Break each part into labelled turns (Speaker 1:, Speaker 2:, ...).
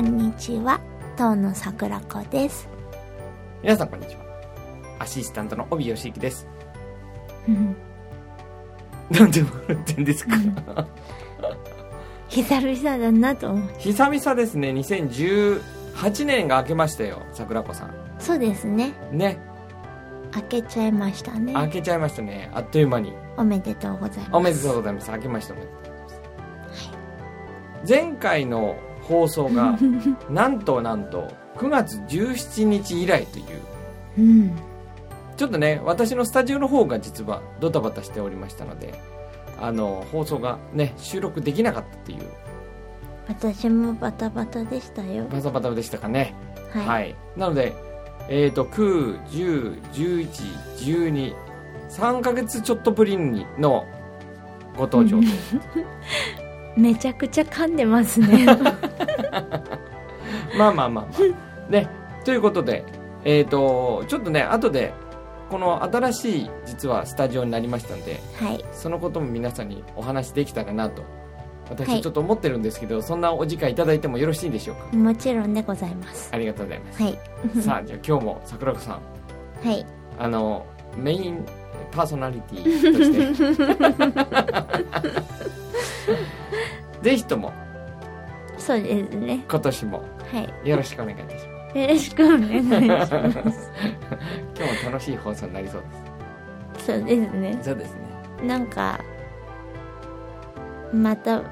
Speaker 1: んにちは。当の桜子です。
Speaker 2: 皆さんこんにちは。アシスタントの帯義行です。なんで笑ってんですか
Speaker 1: 久々だなと思う。
Speaker 2: 久々ですね、2018年が明けましたよ、桜子さん。
Speaker 1: そうですね。
Speaker 2: ね、
Speaker 1: 開けちゃいましたね。
Speaker 2: 明けちゃいましたね。あっという間に。
Speaker 1: おめでとうございます。
Speaker 2: おめでとうございます。明けましておめでとうございます。前回の放送が、なんとなんと、9月17日以来という、
Speaker 1: うん。
Speaker 2: ちょっとね、私のスタジオの方が実はドタバタしておりましたので、あの、放送がね、収録できなかったっていう、
Speaker 1: 私もバタバタでしたよ。
Speaker 2: バタバタでしたかね。
Speaker 1: はい。
Speaker 2: はい。なので、えっ、と、9、10、11、12、3ヶ月ちょっとぶりにのご登場と
Speaker 1: めちゃくちゃ噛んでます ね。
Speaker 2: まあまあまあまあ。ね、ということで、えっ、と、ちょっとね、後で、この新しい、実はスタジオになりましたんで、
Speaker 1: はい。
Speaker 2: そのことも皆さんにお話できたらなと、
Speaker 1: は
Speaker 2: 私
Speaker 1: い
Speaker 2: ちょっと思ってるんですけど、そんなお時間いただいてもよろしいでしょうか。
Speaker 1: もちろんでございます。
Speaker 2: ありがとうございま
Speaker 1: はい。
Speaker 2: す。さあ、じゃあ今日も桜子さん、
Speaker 1: はい。
Speaker 2: あの、メインパーソナリティとして、 ぜひとも
Speaker 1: そうですね。
Speaker 2: 今年も
Speaker 1: はい。
Speaker 2: よろしくお願いいたします。
Speaker 1: よろしくお願いします。
Speaker 2: 今日も楽しい放送になりそう
Speaker 1: そうですね
Speaker 2: で。す。そうですね。
Speaker 1: なんか、また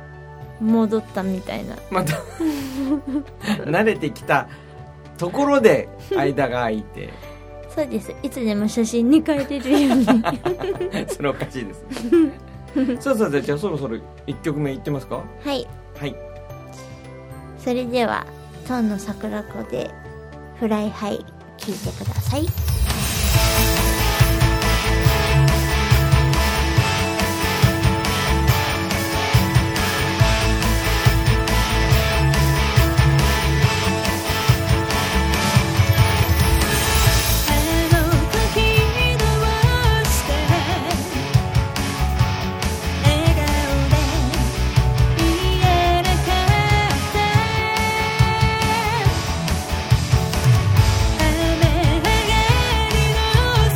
Speaker 1: 戻ったみたいな。
Speaker 2: また慣れてきたところで間が空い て
Speaker 1: そうです。いつでも写真に変えれるように。 は
Speaker 2: それおかしいですねそうそうそうじゃあそろそろ1曲目いってますか
Speaker 1: い。
Speaker 2: はい
Speaker 1: それでは、当の桜子で、フライハイ、聞いてください。
Speaker 3: 「あの時どうして」「笑顔で言えなかった」「雨上がりの空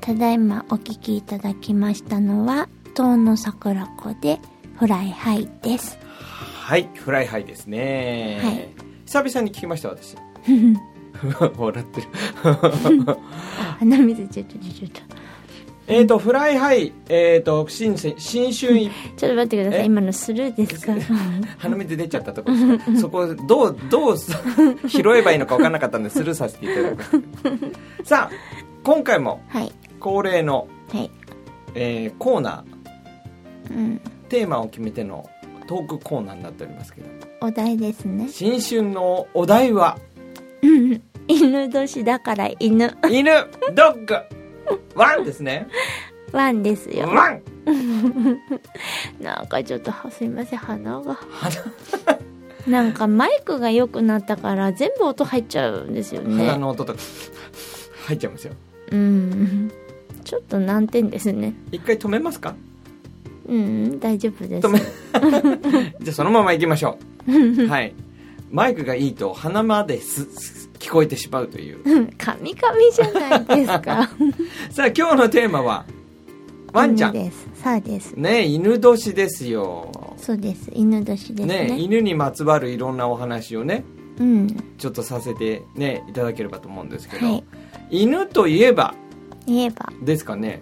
Speaker 1: ただいまお聞きいただきましたのは、遠野桜子でフライハイです。
Speaker 2: はいフライハイですね、
Speaker 1: はい
Speaker 2: 久々に聞きました私笑ってる
Speaker 1: あ 鼻水ちょっとちょっと。
Speaker 2: えっとフライハイえっ、と新せ新春一
Speaker 1: ちょっと待ってくださ
Speaker 2: え
Speaker 1: い。今のスルーです か
Speaker 2: 鼻水出ちゃったところですそこをどうどう 拾えばいいのか分からなかったんでスルーさせていただきますさあ今回も
Speaker 1: はい。
Speaker 2: 恒例の、
Speaker 1: はい。
Speaker 2: えーコーナ
Speaker 1: うん。
Speaker 2: ーテーマを決めてのトークコーナーになっておりますけど
Speaker 1: お題ですね。
Speaker 2: 新春のお題は
Speaker 1: うん犬年だから犬。
Speaker 2: 「犬ドッグワン」ですね
Speaker 1: ワンですよ。
Speaker 2: ワン
Speaker 1: なんかちょっとはすいません鼻 が
Speaker 2: 鼻
Speaker 1: なんかマイクが良くなったから全部音入っちゃうんですよ
Speaker 2: 鼻
Speaker 1: ね
Speaker 2: の音とか入っちゃいますよ
Speaker 1: うんちょっと難点ですね
Speaker 2: 一回止めますか
Speaker 1: うん大丈夫です
Speaker 2: 止め じゃあそのまま行きましょうはいマイクがいいと鼻まです聞こえてしまうという
Speaker 1: うんカミカミじゃないですか
Speaker 2: さあ今日のテーマは ワンちゃん
Speaker 1: 犬ですそうです
Speaker 2: ね犬年ですよ
Speaker 1: そうです犬年ですね
Speaker 2: ね犬にまつわるいろんなお話をね
Speaker 1: うん
Speaker 2: ちょっとさせてねいただければと思うんですけど、
Speaker 1: はい
Speaker 2: 犬といえば
Speaker 1: 言えば
Speaker 2: ですかね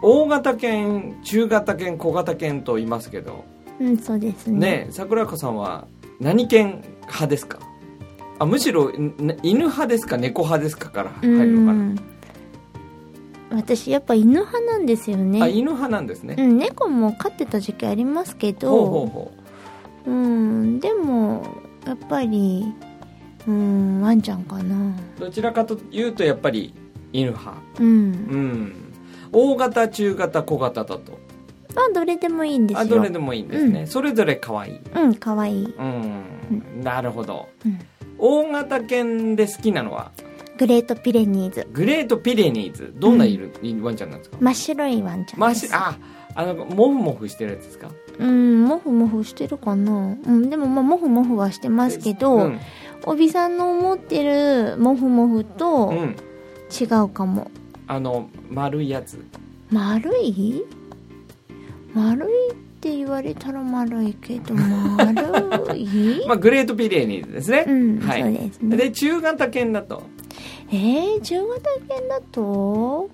Speaker 2: 大型犬中型犬小型犬と言いますけど
Speaker 1: うんそうですね
Speaker 2: ね桜子さんは何犬派ですかあむしろんな犬派ですか猫派ですかから
Speaker 1: う
Speaker 2: 入るのかな、
Speaker 1: ん私やっぱ犬派なんですよ
Speaker 2: あ
Speaker 1: ね
Speaker 2: 犬派なんですね、
Speaker 1: うん猫も飼ってた時期ありますけど
Speaker 2: ほうほうほ
Speaker 1: うんでもやっぱりうんワンちゃんかな
Speaker 2: うどちらかというとやっぱり犬派
Speaker 1: うん
Speaker 2: うん大型中型小型だと
Speaker 1: まあどれでもいいんですよ
Speaker 2: あどれでもいいんですね、
Speaker 1: うん
Speaker 2: それぞれ可愛い
Speaker 1: うんかわいい、
Speaker 2: うん、なるほど
Speaker 1: うん、
Speaker 2: 大型犬で好きなのは
Speaker 1: グレートピレニーズ
Speaker 2: グレートピレニーズどんな犬、ワンちゃんなんですか
Speaker 1: 真っ白いワンちゃん
Speaker 2: マ
Speaker 1: です
Speaker 2: シああのモフモフしてるやつですか
Speaker 1: うんモフモフしてるかなうんでもまあモフモフはしてますけど、
Speaker 2: うん
Speaker 1: おびさんの思ってるモフモフ
Speaker 2: う
Speaker 1: と
Speaker 2: ん、
Speaker 1: 違うかも、
Speaker 2: あの丸いやつ
Speaker 1: 丸い丸いって言われたら丸いけど丸い
Speaker 2: まあ、グレートピレニーズですね、
Speaker 1: うん、
Speaker 2: はい
Speaker 1: そうですね
Speaker 2: で中型犬だと
Speaker 1: えー、中型犬だと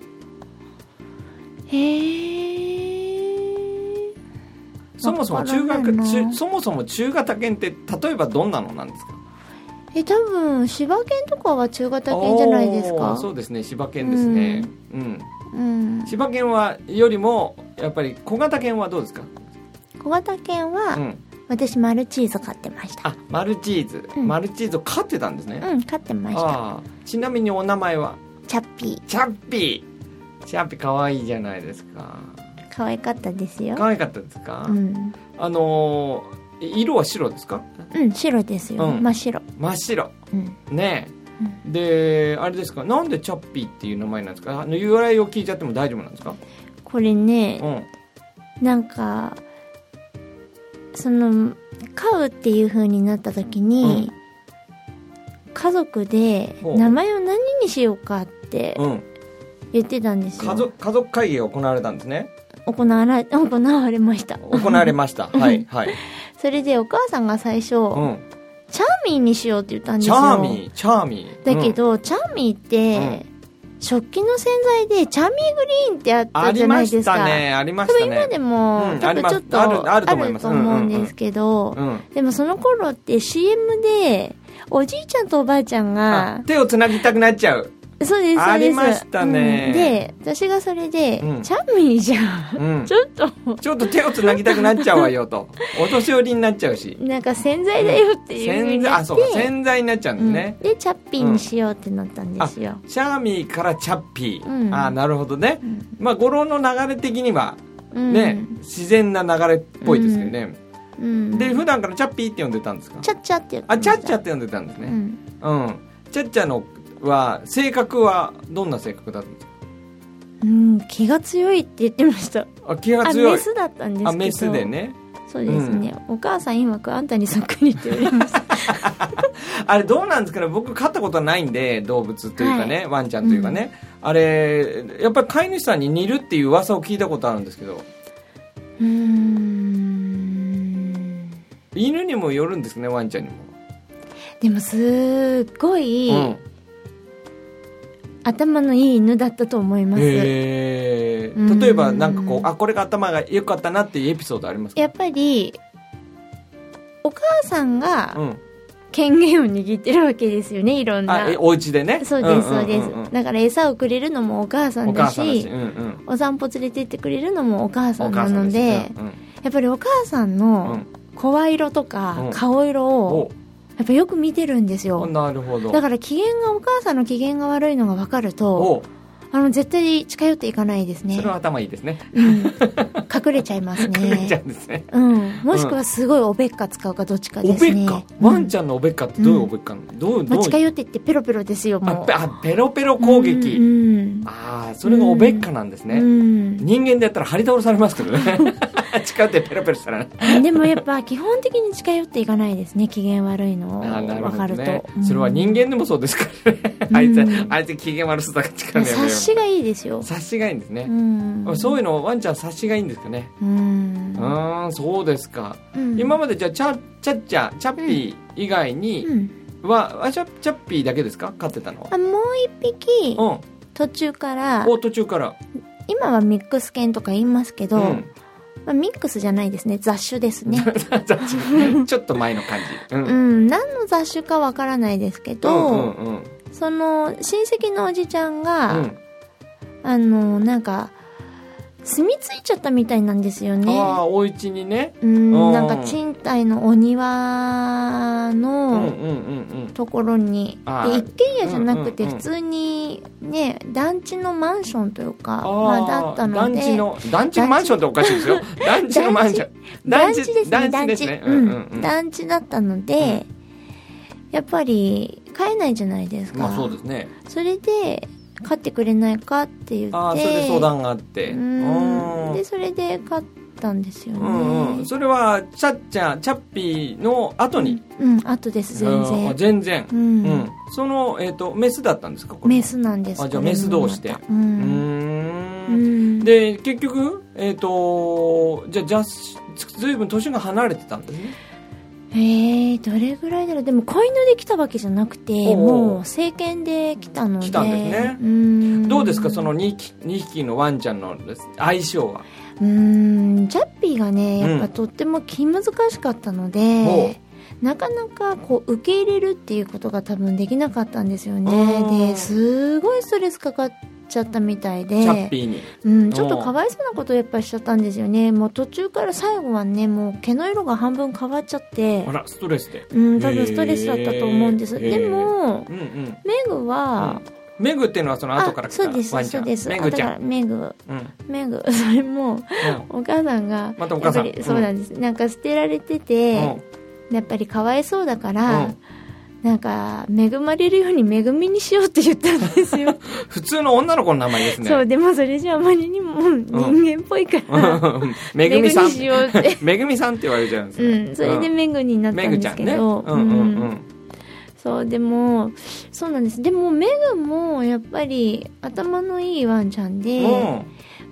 Speaker 1: えー、
Speaker 2: そもそも中
Speaker 1: わか
Speaker 2: 型
Speaker 1: らないな
Speaker 2: 中そもそも中型犬って例えばどんなのなんですか
Speaker 1: え多分柴犬とかは中型犬じゃないです
Speaker 2: おー
Speaker 1: か
Speaker 2: そうですね柴犬ですねうん、
Speaker 1: うん
Speaker 2: 柴犬はよりもやっぱり小型犬はどうですか、
Speaker 1: 小型犬
Speaker 2: う
Speaker 1: は
Speaker 2: ん、
Speaker 1: 私マルチーズ飼ってました
Speaker 2: あマルチーズ、
Speaker 1: うん
Speaker 2: マルチーズを飼ってたんですね、
Speaker 1: うん飼ってました
Speaker 2: ああちなみにお名前は
Speaker 1: チャッピ
Speaker 2: チャッピーチャッピー可愛いじゃないですか
Speaker 1: ー可愛かったですよ
Speaker 2: 可愛かったですか、
Speaker 1: うん、
Speaker 2: あのー色は白ですか
Speaker 1: うん、白ですよ、
Speaker 2: うん
Speaker 1: 真っ白
Speaker 2: 真っ白
Speaker 1: うん
Speaker 2: ねえであれですかなんでチャッピーっていう名前なんですかあの由来を聞いちゃっても大丈夫なんですか
Speaker 1: これね
Speaker 2: うん
Speaker 1: なんかその飼うっていう風になった時に、家族で
Speaker 2: ほう
Speaker 1: 名前を何にしようかって
Speaker 2: うん
Speaker 1: 言ってたんですよ
Speaker 2: 家族家族会議が行われたんですね
Speaker 1: 行われ 行われました
Speaker 2: 行われましたはいはい、
Speaker 1: それでお母さんが最初、
Speaker 2: うん、
Speaker 1: チャーミーにしようって言ったんです
Speaker 2: チ
Speaker 1: よ
Speaker 2: ャーミーチャーミー
Speaker 1: だけ、ど、チャーミーって、食器の洗剤でチャーミーグリーンってあっ
Speaker 2: うんあ
Speaker 1: たじ
Speaker 2: り
Speaker 1: ゃな
Speaker 2: ま
Speaker 1: いで
Speaker 2: し
Speaker 1: すか
Speaker 2: たねありま
Speaker 1: 多分
Speaker 2: した
Speaker 1: 今
Speaker 2: ね
Speaker 1: でも、
Speaker 2: うん
Speaker 1: 多
Speaker 2: あ
Speaker 1: 分
Speaker 2: ります
Speaker 1: ちょっと
Speaker 2: あ
Speaker 1: あ
Speaker 2: るあると思い
Speaker 1: る
Speaker 2: ます
Speaker 1: と思うんですけど、
Speaker 2: うん
Speaker 1: でもその頃って CM で、おじいちゃんとおばあちゃん
Speaker 2: あ
Speaker 1: が、
Speaker 2: 手をつなぎたくなっちゃう
Speaker 1: そうです、そうです。
Speaker 2: ありましたね
Speaker 1: うんで、私がそれで、
Speaker 2: うん
Speaker 1: チャンミーじゃん。
Speaker 2: うん
Speaker 1: ちょっと、
Speaker 2: ちょっと手をつなぎたくなっちゃうわよとお年寄りになっちゃうし
Speaker 1: なんか洗剤だよっていう風
Speaker 2: 洗
Speaker 1: に
Speaker 2: 剤
Speaker 1: なっ
Speaker 2: あ
Speaker 1: て
Speaker 2: そうか洗剤になっちゃうんで
Speaker 1: う
Speaker 2: す
Speaker 1: ん
Speaker 2: ね、
Speaker 1: で、チャッピーにしようってなったんですよ。
Speaker 2: チャーミーからチャッピー、
Speaker 1: うん
Speaker 2: ああなるほどね、まあ語呂の流れ的には
Speaker 1: うん
Speaker 2: ね、自然な流れっぽいですよね、
Speaker 1: うん。
Speaker 2: で普段からチャッピーって呼んでたんですか
Speaker 1: チャッチャって言って
Speaker 2: あ
Speaker 1: まし
Speaker 2: チ
Speaker 1: た
Speaker 2: ャッチャって呼んでたんです
Speaker 1: う
Speaker 2: ね
Speaker 1: ん。
Speaker 2: うん、チャッチャのは性格はどんな性格だったんですか
Speaker 1: うん、気が強いって言ってました。
Speaker 2: あ気が
Speaker 1: あ、
Speaker 2: 強
Speaker 1: メ
Speaker 2: い
Speaker 1: スだったんですけど。
Speaker 2: あメスで。ね
Speaker 1: そうですね、お母さん曰くあんたにそっくりって言われ ました
Speaker 2: あれどうなんですかね僕飼ったことはないんで動物というかね、ワンちゃんというかね、あれやっぱり飼い主さんに似るっていう噂を聞いたことあるんですけど
Speaker 1: うーん
Speaker 2: 犬にもよるんですねワンちゃんにも、
Speaker 1: でもすっごい、
Speaker 2: うん、
Speaker 1: 頭のいい犬だったと思います、
Speaker 2: へ
Speaker 1: う
Speaker 2: ー
Speaker 1: ん
Speaker 2: 例えばなんかこうあこれが頭が良かったなっていうエピソードありますか
Speaker 1: やっぱりお母さん
Speaker 2: う
Speaker 1: が
Speaker 2: ん、
Speaker 1: 権限を握ってるわけですよねいろんな
Speaker 2: あえお家でね
Speaker 1: そうですそうです、
Speaker 2: んんん
Speaker 1: だから餌をくれるのもお母さ
Speaker 2: うん
Speaker 1: ん
Speaker 2: お
Speaker 1: だ
Speaker 2: 母
Speaker 1: し
Speaker 2: さんだし、うんうん、
Speaker 1: お散歩連れて行ってくれるのもお母さ
Speaker 2: お
Speaker 1: ん
Speaker 2: 母
Speaker 1: な
Speaker 2: さん
Speaker 1: の
Speaker 2: だし
Speaker 1: で
Speaker 2: うん
Speaker 1: やっぱりお母さん
Speaker 2: うんう
Speaker 1: の
Speaker 2: ん
Speaker 1: 声色とか
Speaker 2: うん
Speaker 1: 顔色を
Speaker 2: お
Speaker 1: やっぱよく見てるんですよ
Speaker 2: なるほど
Speaker 1: だから機嫌がお母さんの機嫌が悪いのが分かると
Speaker 2: お
Speaker 1: あの絶対近寄っていかないですね
Speaker 2: それは頭いいですね
Speaker 1: うん、隠れちゃいますね
Speaker 2: 隠れちゃうんですね
Speaker 1: うん、もしくはすごいおべっか使うかどっちか
Speaker 2: お
Speaker 1: です
Speaker 2: べ
Speaker 1: ね、
Speaker 2: っかワン
Speaker 1: ち
Speaker 2: ちゃんのおべっかってどういうおべっかなの、どう
Speaker 1: ま
Speaker 2: ど
Speaker 1: あ、
Speaker 2: う
Speaker 1: 近寄ってってペロペロですよ
Speaker 2: あ
Speaker 1: も
Speaker 2: ペ
Speaker 1: う
Speaker 2: あペロペロ攻撃、
Speaker 1: うんうん
Speaker 2: ああそれがおべっかなんですね、
Speaker 1: うん
Speaker 2: 人間でやったら張り倒されますけど ね近寄ってペロペロしたらね
Speaker 1: でもやっぱ基本的に近寄っていかないですね機嫌悪いの
Speaker 2: あーなる
Speaker 1: 分
Speaker 2: ほど
Speaker 1: かると
Speaker 2: ね、それは人間でもそうですからね あいつ
Speaker 1: うん
Speaker 2: あいつ機嫌悪さだから近
Speaker 1: 間
Speaker 2: 寄らな
Speaker 1: 察
Speaker 2: い
Speaker 1: しがいいですよ、
Speaker 2: 察しがいいんですね
Speaker 1: う、ん、
Speaker 2: そういうのワンちゃん察しがいいんですかね
Speaker 1: うん
Speaker 2: うーんそうですか、
Speaker 1: うん
Speaker 2: 今までじゃあチャチャッチャチャッピー以外に
Speaker 1: うん
Speaker 2: は、あチャチャッピーだけですか飼ってたのは
Speaker 1: あもう一匹
Speaker 2: うん
Speaker 1: 途中から
Speaker 2: お途中から
Speaker 1: 今はミックス犬とか言いますけど、
Speaker 2: うん
Speaker 1: まあ、ミックスじゃないですね雑種ですね
Speaker 2: ちょっと前の感じ。う。
Speaker 1: うんん何の雑種かわからないですけど、
Speaker 2: うんうんうん
Speaker 1: その親戚のおじちゃん
Speaker 2: う
Speaker 1: が、
Speaker 2: ん。
Speaker 1: あのなんか住み着いちゃったみたいなんですよ
Speaker 2: あ
Speaker 1: ね
Speaker 2: あ、お家にね。
Speaker 1: うん
Speaker 2: うん
Speaker 1: なんか賃貸のお庭
Speaker 2: うんうんう
Speaker 1: の
Speaker 2: ん
Speaker 1: ところに、
Speaker 2: あー
Speaker 1: で一軒家じゃなくて
Speaker 2: うん
Speaker 1: 普
Speaker 2: うんうん
Speaker 1: 通にね団地のマンションというか
Speaker 2: うん。
Speaker 1: まあ、
Speaker 2: あ
Speaker 1: だっ
Speaker 2: あ、
Speaker 1: たの
Speaker 2: 団
Speaker 1: で
Speaker 2: 地の、団地のマンションっておかしいですよ。団地のマンション。
Speaker 1: 団地ですね
Speaker 2: 団
Speaker 1: 団
Speaker 2: 地で
Speaker 1: 地
Speaker 2: すね。
Speaker 1: う
Speaker 2: うんうんうん
Speaker 1: ん、団地だったので、やっぱり買えないじゃないですか、
Speaker 2: まあそうですね。
Speaker 1: それで買ってくれないかって言って
Speaker 2: ああ、それで相談があって。
Speaker 1: うん
Speaker 2: あ
Speaker 1: で
Speaker 2: ー
Speaker 1: それで買ったんですよね
Speaker 2: うんうん。それは、チャッチャ、チャッピーの後に。
Speaker 1: うんあとです全
Speaker 2: うんあ
Speaker 1: 然
Speaker 2: 全然
Speaker 1: う。、
Speaker 2: うんん。その、えっと、メスだったんですかこれ
Speaker 1: メ。スなんです
Speaker 2: あじゃあ
Speaker 1: これも
Speaker 2: メス同士で
Speaker 1: またう
Speaker 2: うー。
Speaker 1: ん、うんん、
Speaker 2: で結局えっ、とじゃあジャスずいぶん年が離れてたんですね
Speaker 1: えー、どれぐらいだろうでも子犬で来たわけじゃなくて
Speaker 2: おう
Speaker 1: もう成犬で来たので
Speaker 2: 来たんですね
Speaker 1: うん
Speaker 2: どうですかその 2, 匹二匹のワンちゃんのです相性は
Speaker 1: うんチャッピーがねやっ
Speaker 2: う
Speaker 1: ぱ
Speaker 2: ん
Speaker 1: とっても気難しかったの
Speaker 2: おう
Speaker 1: で、なかなかこう受け入れるっていうことが多分できなかったんですよ
Speaker 2: うん
Speaker 1: ねですごいストレスかかっちゃったみたい
Speaker 2: チ
Speaker 1: で
Speaker 2: ャッピーに
Speaker 1: うん、ちょっとかわいそうなことをやっぱりしちゃったんですよねもう途中から最後はねもう毛の色が半分変わっちゃって
Speaker 2: あ、らストレスで
Speaker 1: うん、多分ストレスだったと思うんです、
Speaker 2: へー
Speaker 1: でも
Speaker 2: うんうん
Speaker 1: メグは、
Speaker 2: メグっていうのはその後から
Speaker 1: あ
Speaker 2: 来た
Speaker 1: そうです
Speaker 2: ワンち
Speaker 1: そ
Speaker 2: ゃ
Speaker 1: うんです
Speaker 2: メグち
Speaker 1: あだ
Speaker 2: ゃ
Speaker 1: から
Speaker 2: ん、
Speaker 1: メグ
Speaker 2: うんうん、
Speaker 1: メグ それもお母さんが
Speaker 2: またお母さん
Speaker 1: やっぱりそうなんです、なんか捨てられてて、
Speaker 2: うん
Speaker 1: やっぱりかわいそうだか
Speaker 2: う
Speaker 1: ら、
Speaker 2: ん
Speaker 1: なんか恵まれるように恵みにしようって言ったんです よ、
Speaker 2: 普通の女の子の名前ですね
Speaker 1: そうでもそれじゃあまりにも人間っぽいから、
Speaker 2: うん めぐみ さん
Speaker 1: にしようって
Speaker 2: めぐみさんって言われちゃうんですね、
Speaker 1: うん、それで
Speaker 2: うん
Speaker 1: メグになった
Speaker 2: め
Speaker 1: ん
Speaker 2: ぐ
Speaker 1: で
Speaker 2: ちゃ
Speaker 1: す
Speaker 2: ん
Speaker 1: け
Speaker 2: ね
Speaker 1: ど、
Speaker 2: うんうんう
Speaker 1: うん
Speaker 2: ん
Speaker 1: そうでもそうなんですでもメグもやっぱり頭のいいワンちゃんで、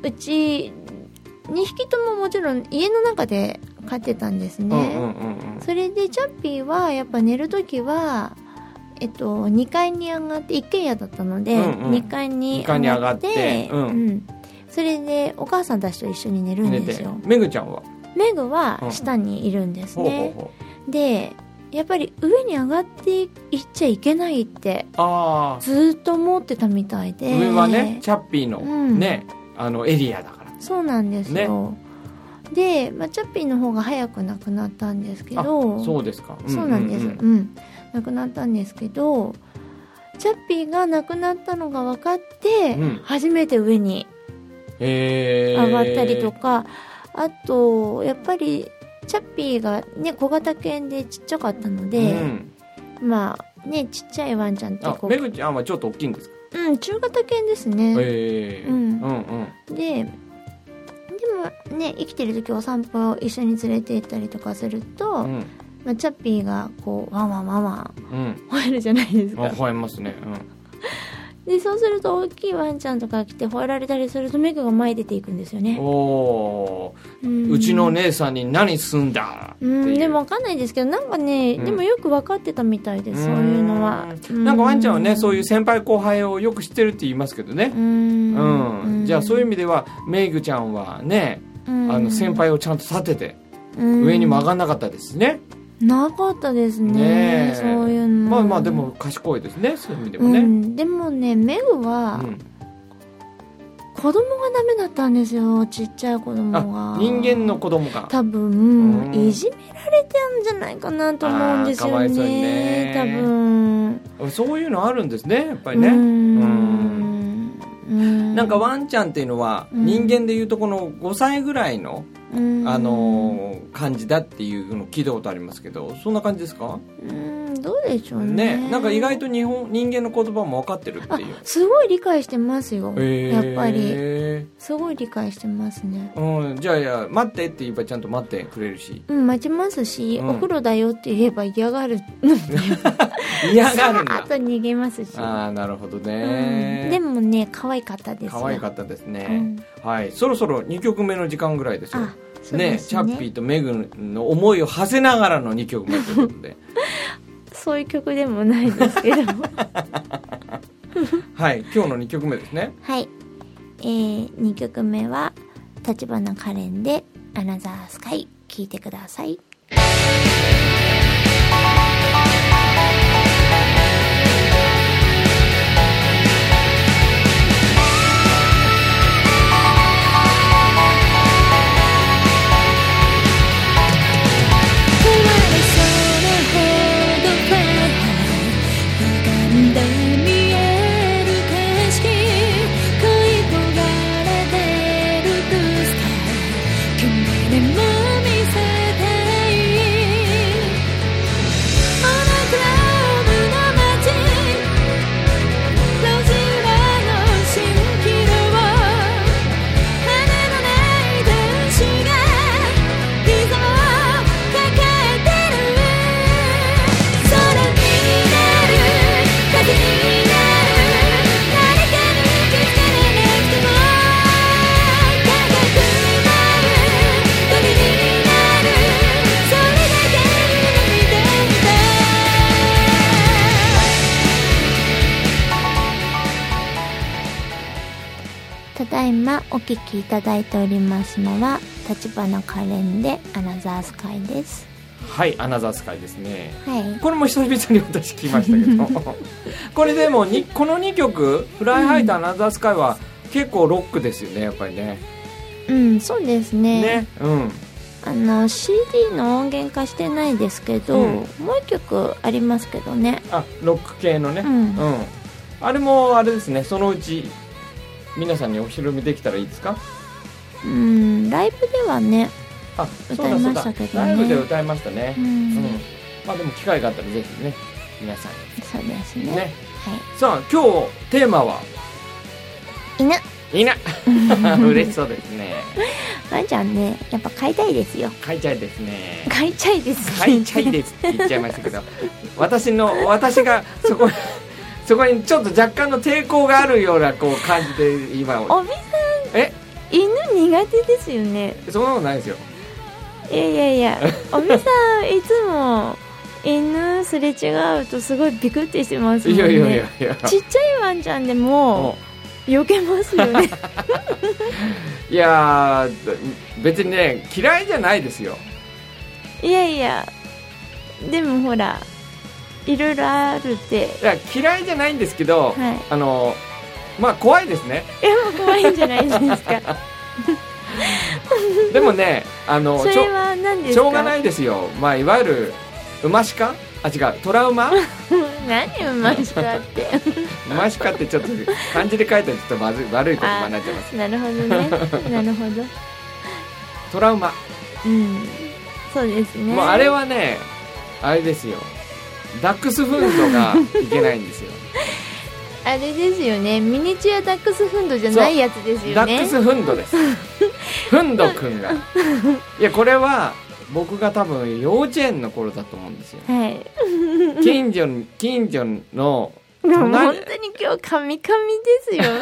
Speaker 1: うち2匹とももちろん家の中で飼ってたんです
Speaker 2: うんう
Speaker 1: ね、
Speaker 2: んうんうん
Speaker 1: それでチャッピーはやっぱ寝る時はえっと、2階に上がって一軒家だったので、二
Speaker 2: うんうん
Speaker 1: 2階に
Speaker 2: 二階に上
Speaker 1: 上
Speaker 2: が
Speaker 1: がっ
Speaker 2: っ
Speaker 1: てて
Speaker 2: う
Speaker 1: う
Speaker 2: ん
Speaker 1: んそれでお母さんたちと一緒に寝るん
Speaker 2: 寝
Speaker 1: です
Speaker 2: て
Speaker 1: よ
Speaker 2: めぐちゃんは
Speaker 1: メグは下にいるんです
Speaker 2: ほう
Speaker 1: ね、
Speaker 2: ほうほ
Speaker 1: でやっぱり上に上がっていっちゃいけないって
Speaker 2: うああ
Speaker 1: ずーっと思ってたみたいで
Speaker 2: 上はねチャッピーの
Speaker 1: うん
Speaker 2: ね、あのエリアだから
Speaker 1: そうなんですよ、で、まあ、チャッピーの方が早く亡くなったんですけ
Speaker 2: あ
Speaker 1: ど
Speaker 2: そうですか
Speaker 1: そうなんですうん亡くなったんですけどチャッピーが亡くなったのが分かって、
Speaker 2: うん
Speaker 1: 初めて上に
Speaker 2: え
Speaker 1: 上がったりとか、あとやっぱりチャッピーがね小型犬でちっちゃかったので、
Speaker 2: うん、
Speaker 1: まあねちっちゃいワンちゃんって
Speaker 2: あ
Speaker 1: こう
Speaker 2: めぐちゃんはちょっと大きいんですか
Speaker 1: うん中型犬ですね、
Speaker 2: ええ
Speaker 1: うん
Speaker 2: うんうん
Speaker 1: ででもがね生きてる時お散歩を一緒に連れて行ったりとかすると、
Speaker 2: うん
Speaker 1: まあ、チャッピーがこうワンワンワンワ
Speaker 2: うん
Speaker 1: ン吠えるじゃないです
Speaker 2: あ
Speaker 1: か
Speaker 2: 吠えますねうん
Speaker 1: でそうすると大きいワンちゃんとかが来て吠えられたりするとメグが前に出ていくんですよね
Speaker 2: おー
Speaker 1: ん
Speaker 2: うちの姉さんに何すんだって
Speaker 1: う
Speaker 2: い
Speaker 1: ん
Speaker 2: う
Speaker 1: でも分かんないですけどなんかね、
Speaker 2: うん
Speaker 1: でもよく分かってたみたいですそういうのは
Speaker 2: うんなんかワンちゃんはねそういうう先輩後輩をよく知ってるって言いますけどね
Speaker 1: うん
Speaker 2: うん、じゃあそういう意
Speaker 1: 味、
Speaker 2: 味ではメイグちゃんはね
Speaker 1: うん
Speaker 2: あの先輩をちゃんと立てて
Speaker 1: うん
Speaker 2: 上に曲がんなかったですね、
Speaker 1: なかったですね
Speaker 2: ねえ
Speaker 1: そういうの
Speaker 2: まあまあでも賢いですねそういう意味で
Speaker 1: で
Speaker 2: もね、
Speaker 1: う
Speaker 2: うん
Speaker 1: ん、でもねメグは子供がダメだったんですよちっちゃい子供
Speaker 2: あ
Speaker 1: が
Speaker 2: 人間の子供が
Speaker 1: 多分、
Speaker 2: うん
Speaker 1: いじめられてんじゃないかなと思うんです
Speaker 2: あーかわ
Speaker 1: よ
Speaker 2: い
Speaker 1: ね
Speaker 2: そうにね
Speaker 1: 多分
Speaker 2: そういうのあるんですねやっぱり
Speaker 1: うー
Speaker 2: ね、
Speaker 1: んうん
Speaker 2: なんかワンちゃんっていうのは
Speaker 1: うん
Speaker 2: 人間でいうとこの5歳ぐらいの、
Speaker 1: うん
Speaker 2: あのー感じだっていうのを聞いたことありますけどそんな感じですか
Speaker 1: うんどうでしょうね
Speaker 2: ねなんか意外と日本人間の言葉も分かってるっていう
Speaker 1: すごい理解してますよ、
Speaker 2: えー
Speaker 1: やっぱりすごい理解してますね
Speaker 2: うん、じゃあいや待ってって言えばちゃんと待ってくれるし
Speaker 1: うん待ちますし、
Speaker 2: うん
Speaker 1: お風呂だよって言えば嫌がるので
Speaker 2: 嫌がる
Speaker 1: さー
Speaker 2: んだ
Speaker 1: っと逃げますし、
Speaker 2: ああなるほど
Speaker 1: うんで
Speaker 2: ね、
Speaker 1: もね可愛かったですよ
Speaker 2: 可愛かったです
Speaker 1: う
Speaker 2: ね、
Speaker 1: ん
Speaker 2: はいそろそろ2曲目の時間ぐらいですよ
Speaker 1: あそう
Speaker 2: ね
Speaker 1: ですね
Speaker 2: チャッピーとメグの思いを馳せながらの2曲目というこ とで
Speaker 1: そういう曲でもないです けど
Speaker 2: はい今日の2曲目ですね
Speaker 1: はい、えー、2曲目は立花カレンで「アナザースカイ」聴いてください
Speaker 3: 壊れそうなほどファンが歪んだ見える景色恋い焦がれてるブースター君でも見せたいモノクロームの街路地裏の蜃気楼羽のない天使が膝を抱えてる空になる風になる誰かに気づかれなくても高くなる鳥になるそれだけに見てみたい
Speaker 1: ただいまお聴きいただいておりますのは立花カレンで「アナザースカイ」です
Speaker 2: はいアナザースカイですね
Speaker 1: はい
Speaker 2: これも久々に私聞きましたけ どこれでもにこの2曲「フライハイとアナザースカイ」は結構ロックですよねやっぱりね
Speaker 1: うんそうですね
Speaker 2: ねうん
Speaker 1: あの CD の音源化してないですけど、
Speaker 2: うん
Speaker 1: もう一曲ありますけどね
Speaker 2: あロック系のね
Speaker 1: う、ん、
Speaker 2: うん、あれもあれですねそのうち皆さんにお披露目できたらいいですか
Speaker 1: うん、ライブではね、
Speaker 2: あそう
Speaker 1: 歌
Speaker 2: だそう
Speaker 1: いま
Speaker 2: だ
Speaker 1: したけどね
Speaker 2: ライブで歌いましたね
Speaker 1: う
Speaker 2: うんん、まあでも機会があったらぜひね皆さん
Speaker 1: そうです
Speaker 2: に
Speaker 1: ね
Speaker 2: ね
Speaker 1: は
Speaker 2: さあ今日テーマはい
Speaker 1: 犬
Speaker 2: いいな嬉しそうですね
Speaker 1: ワンちゃんねやっぱ飼いたいです よ
Speaker 2: 書いちゃいですね
Speaker 1: 飼いちゃいです
Speaker 2: 書いちゃいですって言っちゃいましたけど私の私がそこそこにちょっと若干の抵抗があるようなこう感じで今
Speaker 1: おびさん
Speaker 2: え
Speaker 1: 犬苦手ですよね
Speaker 2: そんなことないですよ
Speaker 1: いやいやいや おみさんいつも犬すれ違うとすごいビクってしてますもん
Speaker 2: い
Speaker 1: ね
Speaker 2: やいやいやいや
Speaker 1: ちっちゃいワンちゃんで
Speaker 2: もう
Speaker 1: も避けますよ ね
Speaker 2: いやー別にね嫌いじゃないですよ
Speaker 1: いやいやでもほらいろいろあるって
Speaker 2: いや嫌いじゃないんですけど、
Speaker 1: はい
Speaker 2: あのまあ怖いですね
Speaker 1: えもう怖いんじゃないですか
Speaker 2: で もねあの
Speaker 1: そ
Speaker 2: ち
Speaker 1: れ
Speaker 2: ょ
Speaker 1: は何ですか
Speaker 2: しょうがないですよまあいわゆる馬鹿あ違うトラウマ
Speaker 1: 何うましかって
Speaker 2: 馬鹿ってちょっと漢字で書いたらちょっとまずい悪い言葉になっちゃいます
Speaker 1: なるほどねなるほど
Speaker 2: トラウマ、
Speaker 1: うんそうですね
Speaker 2: もうあれはねあれですよダックスフンドがいけないんですよ
Speaker 1: あれですよねミニチュアダックスフンドじゃないやつですよ
Speaker 2: ダック
Speaker 1: ね
Speaker 2: スフンドです。フンドくんが。いや、これは、僕が多分幼稚園の頃だと思うんですよ。
Speaker 1: はい
Speaker 2: 近所に、近所の、
Speaker 1: でも
Speaker 2: 隣
Speaker 1: 本当に今日カミカミですよ、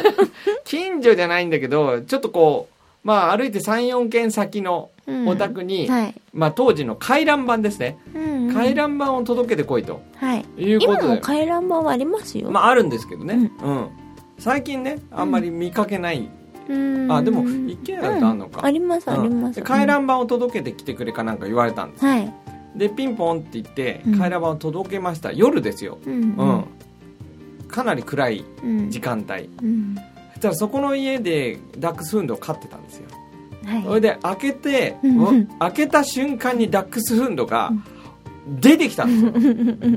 Speaker 2: 近所じゃないんだけど、ちょっとこう、まあ歩いて3、4軒先の
Speaker 1: うん
Speaker 2: お宅に、
Speaker 1: はい、
Speaker 2: まあ当時の回覧板ですね。
Speaker 1: うんうん
Speaker 2: 回覧板を届けてこいと
Speaker 1: はい
Speaker 2: いうこ
Speaker 1: 今
Speaker 2: と
Speaker 1: も
Speaker 2: で。
Speaker 1: 回覧板はありますよ、
Speaker 2: まああるんですけどね。うん。最近ね、あんまり見かけない。
Speaker 1: うん
Speaker 2: あ、でも、一軒家だとあんの
Speaker 1: あ
Speaker 2: か。
Speaker 1: りますあり
Speaker 2: うん
Speaker 1: ます、
Speaker 2: で回覧板を届けてきてくれかなんか言われたんです
Speaker 1: はい
Speaker 2: でピンポンって言って
Speaker 1: うん
Speaker 2: 回覧板を届けました、夜ですよ、
Speaker 1: うん
Speaker 2: うんかなり暗い
Speaker 1: うん
Speaker 2: 時間帯
Speaker 1: うん
Speaker 2: そしたらそこの家でダックスフンドを飼ってたんですよそ
Speaker 1: は
Speaker 2: れ
Speaker 1: い
Speaker 2: で開けて、
Speaker 1: うん
Speaker 2: お開けた瞬間にダックスフンドが
Speaker 1: う
Speaker 2: 出てきたんです よ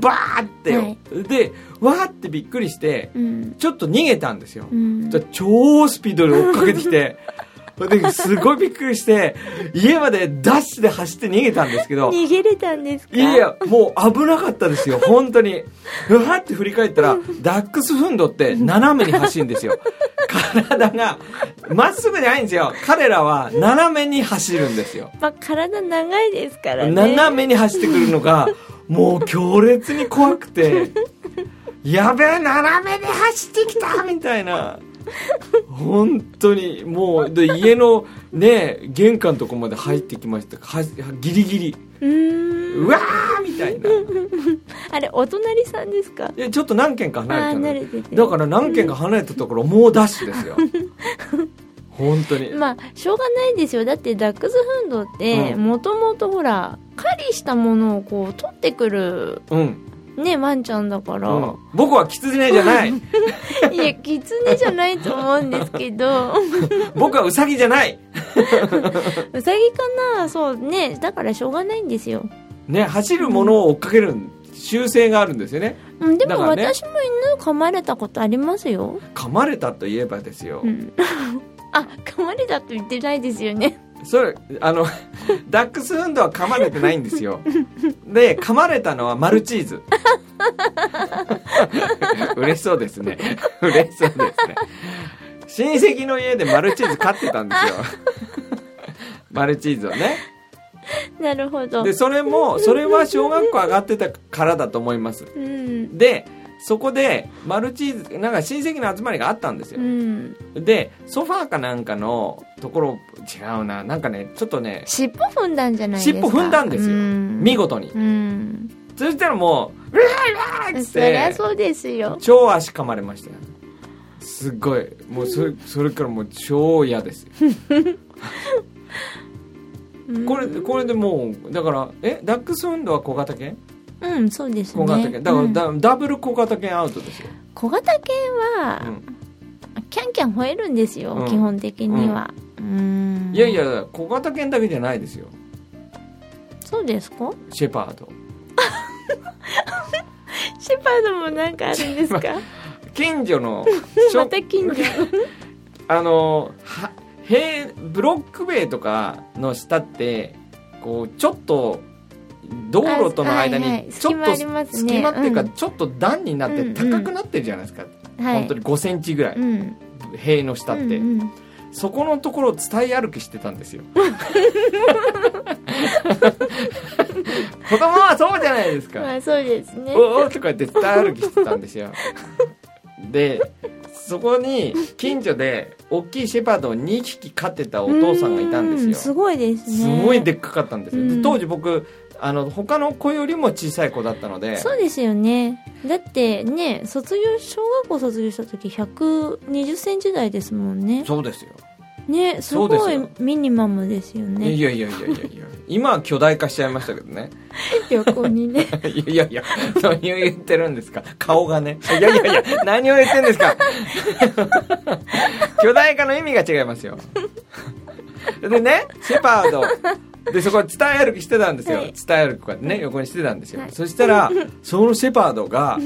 Speaker 2: バーってよ、
Speaker 1: はい
Speaker 2: でわーってびっくりして
Speaker 1: うん
Speaker 2: ちょっと逃げたんですよ、
Speaker 1: うん
Speaker 2: そしたら超スピードで追っかけてきて それですごいびっくりして家までダッシュで走って逃げたんですけど
Speaker 1: 逃げれたんですか
Speaker 2: いや、もう危なかったですよ、本当に。うわって振り返ったら、ダックスフンドって斜めに走るんですよ。体が、まっすぐじゃないんですよ。彼らは斜めに走るんですよ。
Speaker 1: まあ、体長いですからね
Speaker 2: 斜めに走ってくるのが、もう強烈に怖くて、やべえ、斜めに走ってきたみたいな。本当に、もう、で家のね、玄関のとこまで入ってきました。はギリギリ。
Speaker 1: うーん
Speaker 2: うわーみたいな。
Speaker 1: あれお隣さんですか
Speaker 2: いやちょっと何軒か
Speaker 1: ああ
Speaker 2: 離
Speaker 1: ー
Speaker 2: れて
Speaker 1: 慣
Speaker 2: る
Speaker 1: れてて
Speaker 2: だから何軒か離れたところもうダッシュですよ本当に、
Speaker 1: まあしょうがないですよだってダックスフンドって
Speaker 2: うん
Speaker 1: もともとほら狩りしたものをこう取ってくる
Speaker 2: うん、
Speaker 1: ねワンちゃんだから、
Speaker 2: うん僕は狐じゃない
Speaker 1: いやキツネじゃないと思うんですけど
Speaker 2: 僕はウサギじゃない
Speaker 1: ウサギかなそうねだからしょうがないんですよ
Speaker 2: ね走るものを追っかける習性があるんですよね
Speaker 1: うんで
Speaker 2: だ
Speaker 1: も
Speaker 2: からね
Speaker 1: 私も犬噛まれたことありますよ、
Speaker 2: 噛まれたといえばですよ、
Speaker 1: うん、あ噛まれたと言ってないですよね
Speaker 2: それあの ダックスフンドは噛まれてないんですよで噛まれたのはマルチーズ 嬉しそうですね嬉しそうですね親戚の家でマルチーズ飼ってたんですよ マルチーズをね
Speaker 1: なるほど
Speaker 2: でそれもそれは小学校上がってたからだと思います
Speaker 1: うん
Speaker 2: でそこでマルチーズなんか親戚の集まりがあったんですよ
Speaker 1: うん
Speaker 2: でソファーかなんかのところ違うななんかねちょっとね
Speaker 1: 尻尾踏んだんじゃないですか
Speaker 2: 尻尾踏んだんですよ
Speaker 1: うん
Speaker 2: 見事に
Speaker 1: うん
Speaker 2: そしたらもう、うわーうわーっつっ
Speaker 1: そりゃ
Speaker 2: て、
Speaker 1: そうですよ
Speaker 2: 超足噛まれましたよ。すっごい。もうそれ、それからもう超嫌 ですよ。これ、
Speaker 1: うん
Speaker 2: これでもう、だから、え、ダックスフンドは小型犬
Speaker 1: うんそうですね
Speaker 2: 小型犬。だから、
Speaker 1: うん
Speaker 2: だダブル小型犬アウトですよ。
Speaker 1: 小型犬は、
Speaker 2: うん
Speaker 1: キャンキャン吠えるんですよ、
Speaker 2: うん
Speaker 1: 基本的にはうん
Speaker 2: いやいや、小型犬だけじゃないですよ。
Speaker 1: そうですか
Speaker 2: シェパード。
Speaker 1: シェパードもなんかあるんです か
Speaker 2: 近 所の、しょ
Speaker 1: また近所
Speaker 2: あの、は、へブロック塀とかの下って、こう、ちょっと、道路との間
Speaker 1: あはいは
Speaker 2: に
Speaker 1: い
Speaker 2: ちょっと
Speaker 1: 隙間ありますね
Speaker 2: 隙間っていうか
Speaker 1: うん
Speaker 2: ちょっと段になっ
Speaker 1: う
Speaker 2: て
Speaker 1: ん
Speaker 2: 高くなってるじゃないですか、
Speaker 1: はい
Speaker 2: 本当に5センチぐらい、
Speaker 1: うん
Speaker 2: 塀の下って、
Speaker 1: うんうん
Speaker 2: そこのところを伝え歩きしてたんですよ 子供はそうじゃないですか、
Speaker 1: まあそうですね
Speaker 2: おおとか言って伝え歩きしてた んですよでそこに近所で大きいシェパードを2匹飼ってたお父さんがいたんです
Speaker 1: う
Speaker 2: よ
Speaker 1: すごいですね
Speaker 2: すごいでっかかったんですよ、
Speaker 1: う
Speaker 2: で
Speaker 1: ん
Speaker 2: 当時僕あの他の子よりも小さい子だったので
Speaker 1: そうですよねだってね卒業小学校卒業した時1 2 0ンチ台ですもんね
Speaker 2: そうですよ
Speaker 1: ねす
Speaker 2: そうです
Speaker 1: ごい
Speaker 2: よ
Speaker 1: ミニマムですよ
Speaker 2: い
Speaker 1: ね
Speaker 2: やいやいやいやいや今は巨大化しちゃいましたけどね
Speaker 1: 横にね
Speaker 2: いやいやいや何を言ってるんですか顔がねいやいや いや何を言ってんですか巨大化の意味が違いますよでねシェパードでそこは伝え歩きしてたんですよ、
Speaker 1: はい
Speaker 2: 伝え歩きこうやってね横にしてたんですよ、
Speaker 1: はい
Speaker 2: そしたらそのシェパードが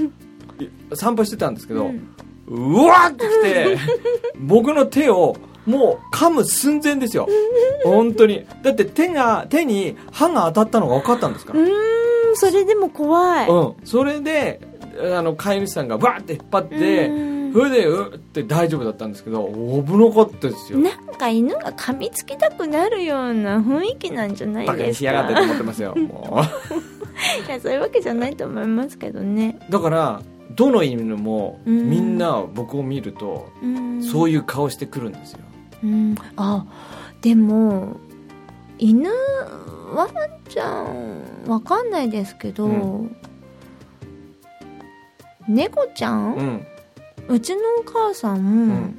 Speaker 2: 散歩してたんですけど、
Speaker 1: うん
Speaker 2: うわーってき て、僕の手を、もう噛む寸前ですよ。本当に。だって手が、手に歯が当たったのが分かったんですか
Speaker 1: う
Speaker 2: ら。
Speaker 1: ーんそれでも怖い
Speaker 2: うん。それで、あの、飼い主さんがわーって引っ張って、
Speaker 1: うんん
Speaker 2: それでうって大丈夫だったんですけど危なかったですよ
Speaker 1: なんか犬が噛みつきたくなるような雰囲気なんじゃない
Speaker 2: バカ
Speaker 1: で
Speaker 2: に
Speaker 1: す
Speaker 2: し
Speaker 1: か
Speaker 2: やがってと思ってますよも
Speaker 1: いやそういうわけじゃないと思いますけどね
Speaker 2: うだからどの犬も
Speaker 1: うん
Speaker 2: みんな僕を見ると
Speaker 1: うん
Speaker 2: そういう顔してくるんですよ
Speaker 1: うん、あでも犬ワンちゃんわかんないですけど、
Speaker 2: う
Speaker 1: 猫ちゃん、
Speaker 2: う
Speaker 1: うんちのお母さん、
Speaker 2: うん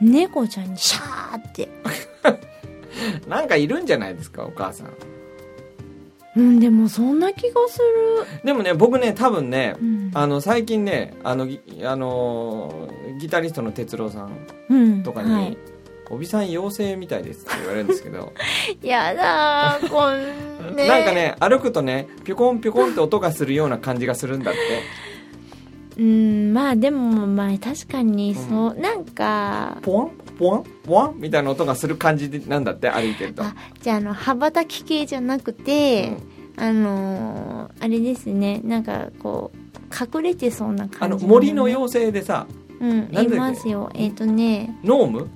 Speaker 1: 猫ちゃんにシャーって、
Speaker 2: なんかいるんじゃないですかお母さん
Speaker 1: うん、でもそんな気がする、
Speaker 2: でもね僕ね多分ね
Speaker 1: うん、
Speaker 2: あの最近ねあのぎあのーギタリストの哲郎さん
Speaker 1: うん
Speaker 2: とかに、
Speaker 1: はい、
Speaker 2: おびさん妖精みたいです」って言われるんですけど、
Speaker 1: やだーこんね
Speaker 2: なんかね歩くとねピョコンピョコンって音がするような感じがするんだ っ
Speaker 1: う
Speaker 2: て
Speaker 1: んまあでもまあ確かにそう、なんか
Speaker 2: ポワンポワンポワンみたいな音がする感じなんだって歩いてると、
Speaker 1: あじゃああの羽ばたき系じゃなく
Speaker 2: う
Speaker 1: て、
Speaker 2: ん、
Speaker 1: あのーあれですねなんかこう隠れてそうな
Speaker 2: あ
Speaker 1: 感
Speaker 2: の
Speaker 1: じ
Speaker 2: 森の
Speaker 1: う
Speaker 2: 妖精でさ
Speaker 1: うん
Speaker 2: なんだっ
Speaker 1: い
Speaker 2: け
Speaker 1: ますよえっ、とね
Speaker 2: ノーム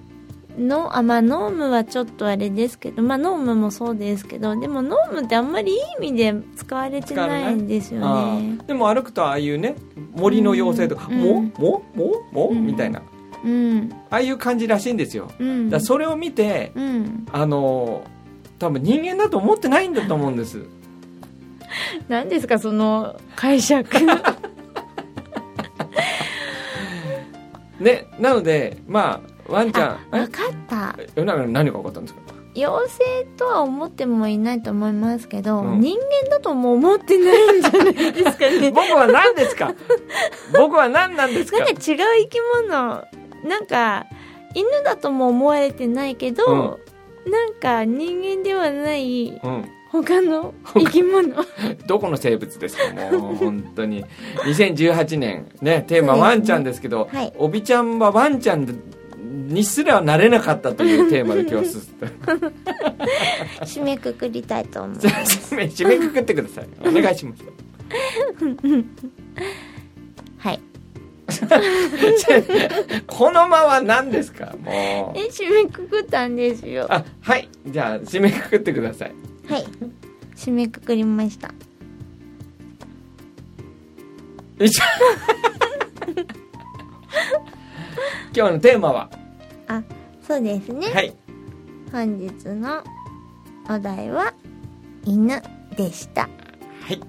Speaker 1: のあまあノームはちょっとあれですけどまあノームもそうですけどでもノームってあんまりいい意味で使われてないんですよ
Speaker 2: あ
Speaker 1: ね
Speaker 2: ーでも歩くとああいうね森の妖精とか「
Speaker 1: うん
Speaker 2: もももも」
Speaker 1: うん
Speaker 2: みたいな
Speaker 1: うん
Speaker 2: ああいう感じらしいんですよ
Speaker 1: うん
Speaker 2: だからそれを見て
Speaker 1: うん
Speaker 2: あのー多分人間だと思ってないんだと思うんです
Speaker 1: 何ですかその解釈
Speaker 2: ねなのでまあワンちゃ
Speaker 1: あ
Speaker 2: ん
Speaker 1: 分かった
Speaker 2: え世の中の何が分かったんですか
Speaker 1: 妖精とは思ってもいないと思いますけど、
Speaker 2: うん
Speaker 1: 人間だとも思ってないんじゃないです かね
Speaker 2: 僕は何ですか僕は何なんですか
Speaker 1: なんか違う生き物なんか犬だとも思われてないけど、なんか人間ではない
Speaker 2: うん、
Speaker 1: 他の生き物
Speaker 2: どこの生物ですかもう本当に2018年ねテーマワンちゃんですけど、
Speaker 1: はい
Speaker 2: おびちゃんはワンちゃんにすらなれなかったというテーマで今日進んで
Speaker 1: 締めくくりたいと思う
Speaker 2: 締め締めくくってくださいお願いします
Speaker 1: はい
Speaker 2: この間は何ですかも
Speaker 1: え
Speaker 2: う
Speaker 1: 締めくくったんですよは
Speaker 2: あはいじゃあ締めくくってください
Speaker 1: い締めくくりました
Speaker 2: よいしょ 今日のテーマは
Speaker 1: あそうですね、
Speaker 2: はい
Speaker 1: 本日のお題は犬でした
Speaker 2: はい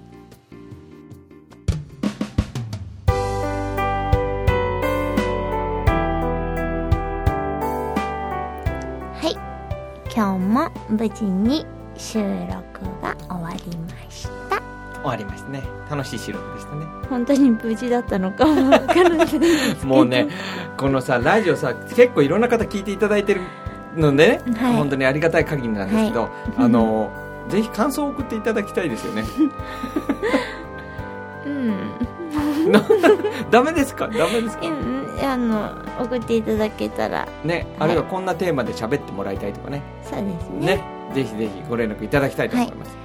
Speaker 1: はい今日も無事に収録が終わりました
Speaker 2: 終わりましたね楽しい収録でしたね
Speaker 1: 本当に無事だったのかもわからない
Speaker 2: もうねこのさラジオさ結構いろんな方聞いていただいてるので、ね
Speaker 1: はい
Speaker 2: 本当にありがたい限りなんですけど、あのぜひ感想を送っていただきたいですよね
Speaker 1: うん
Speaker 2: ダメですかダメですか
Speaker 1: うんあの送っていただけたら
Speaker 2: ねあるいはこんなテーマで喋ってもらいたいとかね
Speaker 1: そうですね
Speaker 2: ねぜひぜひご連絡いただきたいと思います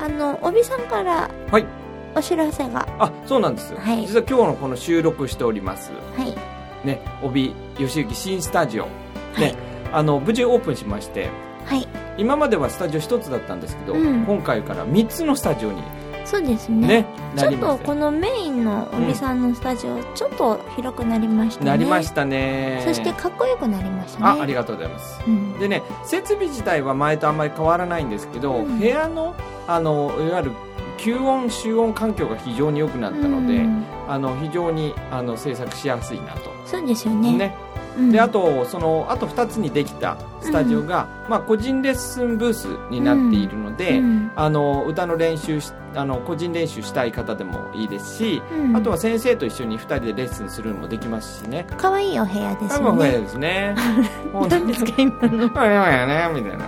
Speaker 1: あの帯さんから
Speaker 2: はい、
Speaker 1: お知らせが
Speaker 2: あそうなんです、
Speaker 1: はい
Speaker 2: 実は今日のこの収録しております
Speaker 1: はい
Speaker 2: ね帯義行新スタジオね、
Speaker 1: はい
Speaker 2: あの無事オープンしまして
Speaker 1: はい
Speaker 2: 今まではスタジオ1つだったんですけど、
Speaker 1: うん
Speaker 2: 今回から3つのスタジオに
Speaker 1: そうです
Speaker 2: ね
Speaker 1: ねち
Speaker 2: な
Speaker 1: ょ
Speaker 2: り
Speaker 1: っ
Speaker 2: ま
Speaker 1: と
Speaker 2: した
Speaker 1: このメインの帯さんのスタジオ、ちょっと広くなりましたね
Speaker 2: なりましたね
Speaker 1: そしてかっこよくなりましたね
Speaker 2: あありがとうございます
Speaker 1: うん
Speaker 2: でね設備自体は前とあんまり変わらないんですけど、
Speaker 1: うん
Speaker 2: 部屋のあのいわゆる吸音集音環境が非常に良くなったので、
Speaker 1: うん
Speaker 2: あの非常にあの制作しやすいなと、
Speaker 1: そうですよね
Speaker 2: ね
Speaker 1: うん
Speaker 2: であとそのあと2つにできたスタジオが、まあ、個人レッスンブースになっているので、
Speaker 1: うん
Speaker 2: あの歌の練習しあの個人練習したい方でもいいですし、
Speaker 1: うん
Speaker 2: あとは先生と一緒に2人でレッスンするのもできますしね
Speaker 1: 可愛いお部屋です
Speaker 2: 多
Speaker 1: よ
Speaker 2: 分
Speaker 1: ね。。
Speaker 2: ですね
Speaker 1: 何ですか今の。
Speaker 2: これやね、みたいな。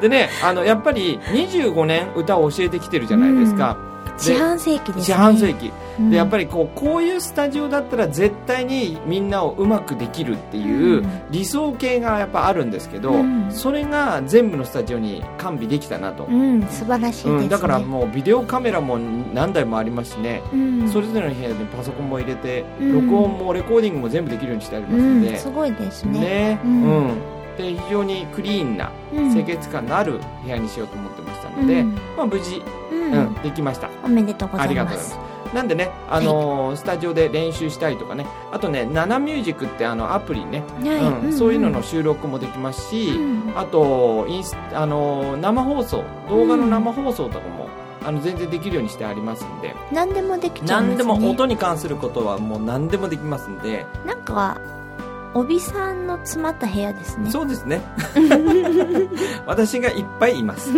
Speaker 2: でね、あの、やっぱり25年歌を教えてきてるじゃないですか。
Speaker 1: 四半世紀ですね
Speaker 2: 四半世紀
Speaker 1: うん
Speaker 2: でやっぱりこうこういうスタジオだったら絶対にみんなをうまくできるっていう
Speaker 1: うん
Speaker 2: 理想形がやっぱあるんですけど、
Speaker 1: うん
Speaker 2: それが全部のスタジオに完備できたなと、
Speaker 1: うん素晴らしいです、ね
Speaker 2: うんだからもうビデオカメラも何台もありますしね、
Speaker 1: うん
Speaker 2: それぞれの部屋にパソコンも入れて、
Speaker 1: うん
Speaker 2: 録音もレコーディングも全部できるようにしてあります
Speaker 1: う
Speaker 2: の
Speaker 1: ん、、
Speaker 2: です
Speaker 1: ごいです
Speaker 2: ね
Speaker 1: ね
Speaker 2: うん
Speaker 1: ん
Speaker 2: で非常にクリーンな
Speaker 1: うん
Speaker 2: 清潔感のある部屋にしようと思ってましたので、
Speaker 1: うん
Speaker 2: まあ、無事、
Speaker 1: うん
Speaker 2: うん、できました。
Speaker 1: おめでとうござ
Speaker 2: あり
Speaker 1: い
Speaker 2: がと
Speaker 1: ま
Speaker 2: うご
Speaker 1: す
Speaker 2: ざいます。なんでね、あのースタジオで練習したりとかね、あとね、ナナミュージックってあのアプリね、
Speaker 1: はい
Speaker 2: うん
Speaker 1: んん
Speaker 2: そういうのの収録もできますし、
Speaker 1: うん
Speaker 2: あとインスあのー生放送、動画の生放送とかも、あの全然できるようにしてありますんで、
Speaker 1: 何でもできちゃいます、ね、
Speaker 2: 何でも音に関することはもう何でもできますんで、
Speaker 1: なんか帯さんの詰まった部屋ですね
Speaker 2: そ うですね。私がいっぱいいます。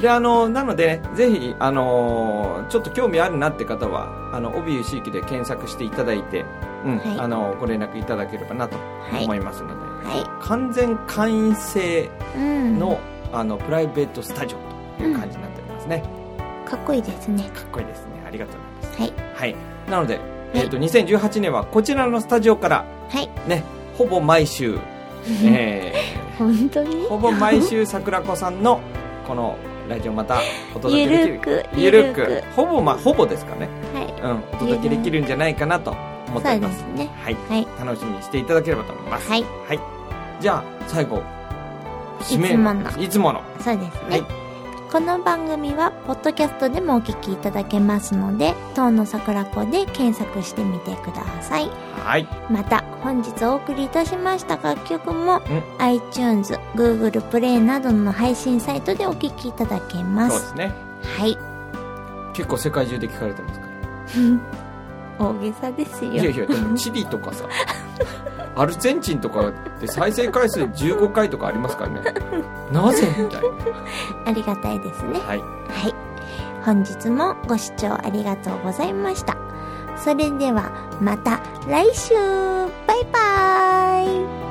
Speaker 2: で、あの、なので、ね、ぜひ、あの、ちょっと興味あるなって方は、あの、帯湯地域で検索していただいて、うん、
Speaker 1: はい
Speaker 2: あの、ご連絡いただければなと
Speaker 1: はい
Speaker 2: 思いますので、
Speaker 1: は
Speaker 2: 完全会員制
Speaker 1: い、うん、
Speaker 2: の、あの、プライベートスタジオという感じになっておりますね。
Speaker 1: かっこいいですね
Speaker 2: かっこいいですね。ありがとうございます。はい。なので、
Speaker 1: い
Speaker 2: えっ、と、2018年はこちらのスタジオから、
Speaker 1: はい
Speaker 2: ね、ほぼ毎週、えー、
Speaker 1: 本当に
Speaker 2: ほぼ毎週桜子さんのこのラジオまたお届
Speaker 1: ゆ
Speaker 2: けできる
Speaker 1: るく
Speaker 2: ゆるくほぼまあほぼですかね、
Speaker 1: は
Speaker 2: うん、お届けできるんじゃないかなと思っております
Speaker 1: そうですね
Speaker 2: はい、
Speaker 1: いはい
Speaker 2: 楽しみにしていただければと思います
Speaker 1: はい
Speaker 2: じゃあ最後締め
Speaker 1: いつもの
Speaker 2: いつもの
Speaker 1: そうですね、
Speaker 2: はい
Speaker 1: この番組はポッドキャストでもお聞きいただけますので「当の桜子」で検索してみてください
Speaker 2: はい
Speaker 1: また本日お送りいたしました楽曲も
Speaker 2: ん
Speaker 1: iTunes、Google プレイなどの配信サイトでお聞きいただけま。
Speaker 2: そうですすね
Speaker 1: はい。
Speaker 2: 結構世界中で聞かれてますから
Speaker 1: 大げさですよ。
Speaker 2: いやいやでもチリとかさアルゼンチンとかって再生回数15回とかありますからねなぜみた いな
Speaker 1: ありがたいですね。
Speaker 2: はい
Speaker 1: はい。本日もご視聴ありがとうございました。それではまた来週バイバーイ